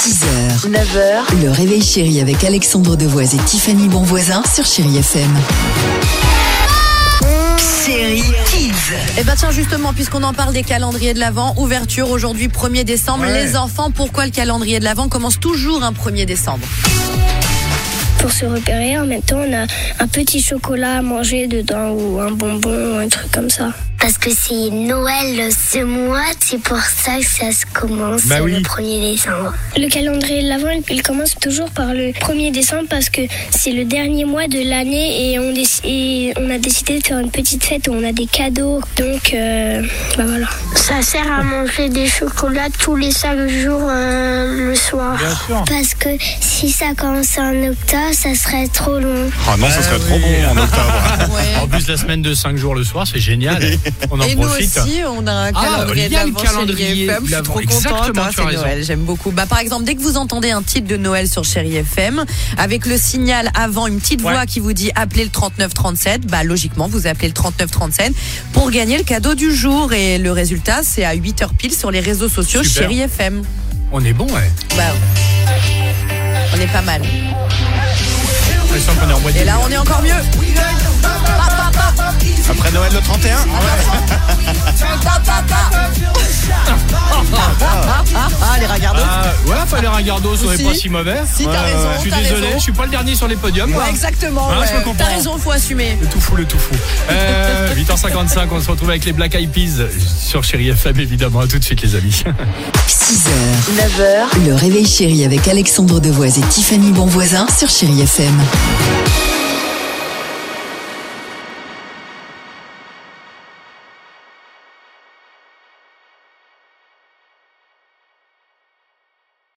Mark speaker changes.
Speaker 1: 6h, 9h, le réveil chéri avec Alexandre Devoise et Tiffany Bonvoisin sur Chéri FM. Chéri Kids.
Speaker 2: Eh ben tiens justement puisqu'on en parle des calendriers de l'avant, ouverture aujourd'hui 1er décembre.
Speaker 3: Ouais.
Speaker 2: Les enfants, pourquoi le calendrier de l'avant commence toujours un 1er décembre
Speaker 4: pour se repérer. En même temps, on a un petit chocolat à manger dedans ou un bonbon, un truc comme ça.
Speaker 5: Parce que c'est Noël ce mois, c'est pour ça que ça se commence
Speaker 3: Bah oui.
Speaker 5: le 1er décembre.
Speaker 4: Le calendrier de l'Avent, il- il commence toujours par le 1er décembre parce que c'est le dernier mois de l'année et on, déc- et on a décidé de faire une petite fête où on a des cadeaux. Donc, euh, bah voilà.
Speaker 5: Ça sert à manger des chocolats tous les 5 jours euh, le soir.
Speaker 3: Bien sûr.
Speaker 5: Parce que si ça commençait en octobre, ça serait trop long.
Speaker 6: Ah non, ça serait trop bon en octobre.
Speaker 7: En plus, la semaine de 5 jours le soir, c'est génial. On en
Speaker 8: Et nous
Speaker 7: profite.
Speaker 8: aussi, on a un
Speaker 7: Ah,
Speaker 8: calendrier
Speaker 7: il y a
Speaker 8: de
Speaker 7: le
Speaker 8: l'Avent chez
Speaker 7: calendrier
Speaker 8: Chéri FM.
Speaker 7: de
Speaker 8: Je suis
Speaker 7: l'Avent.
Speaker 8: trop contente,
Speaker 7: Exactement,
Speaker 8: hein,
Speaker 7: tu as
Speaker 8: c'est
Speaker 7: raison.
Speaker 8: Noël, j'aime beaucoup.
Speaker 2: Bah par exemple, dès que vous entendez un titre de Noël sur Chéri FM avec le signal avant une petite voix
Speaker 3: Ouais.
Speaker 2: qui vous dit appelez le 3937, bah logiquement vous appelez le 3937 pour gagner le cadeau du jour et le résultat c'est à 8h pile sur les réseaux sociaux
Speaker 7: Super.
Speaker 2: Chéri FM.
Speaker 7: On est bon, ouais.
Speaker 2: Bah, on est pas mal.
Speaker 7: Je sens qu'on est en mois de
Speaker 2: Et là on est encore mieux. Ah, Pa, pa, pa.
Speaker 6: Après Noël le 31
Speaker 2: Pa, pa, pa. ah,
Speaker 8: Ah, les regardos.
Speaker 7: Ah, ouais, fallait un gardos, on n'est
Speaker 8: Si.
Speaker 7: pas si mauvais.
Speaker 8: Si, t'as
Speaker 7: Ouais,
Speaker 8: raison,
Speaker 7: Je suis
Speaker 8: t'as
Speaker 7: désolé,
Speaker 8: raison.
Speaker 7: je suis pas le dernier sur les podiums. moi.
Speaker 8: Ouais, exactement.
Speaker 7: Ah, je
Speaker 8: ouais.
Speaker 7: me comprends.
Speaker 2: T'as raison, faut assumer.
Speaker 7: Le tout fou, le tout fou. Euh, 8h55, on se retrouve avec les Black Eyed Peas sur Chéri FM, évidemment. À tout de suite, les amis.
Speaker 1: 6h, 9h, le réveil chéri avec Alexandre Devoise et Tiffany Bonvoisin sur Chéri FM.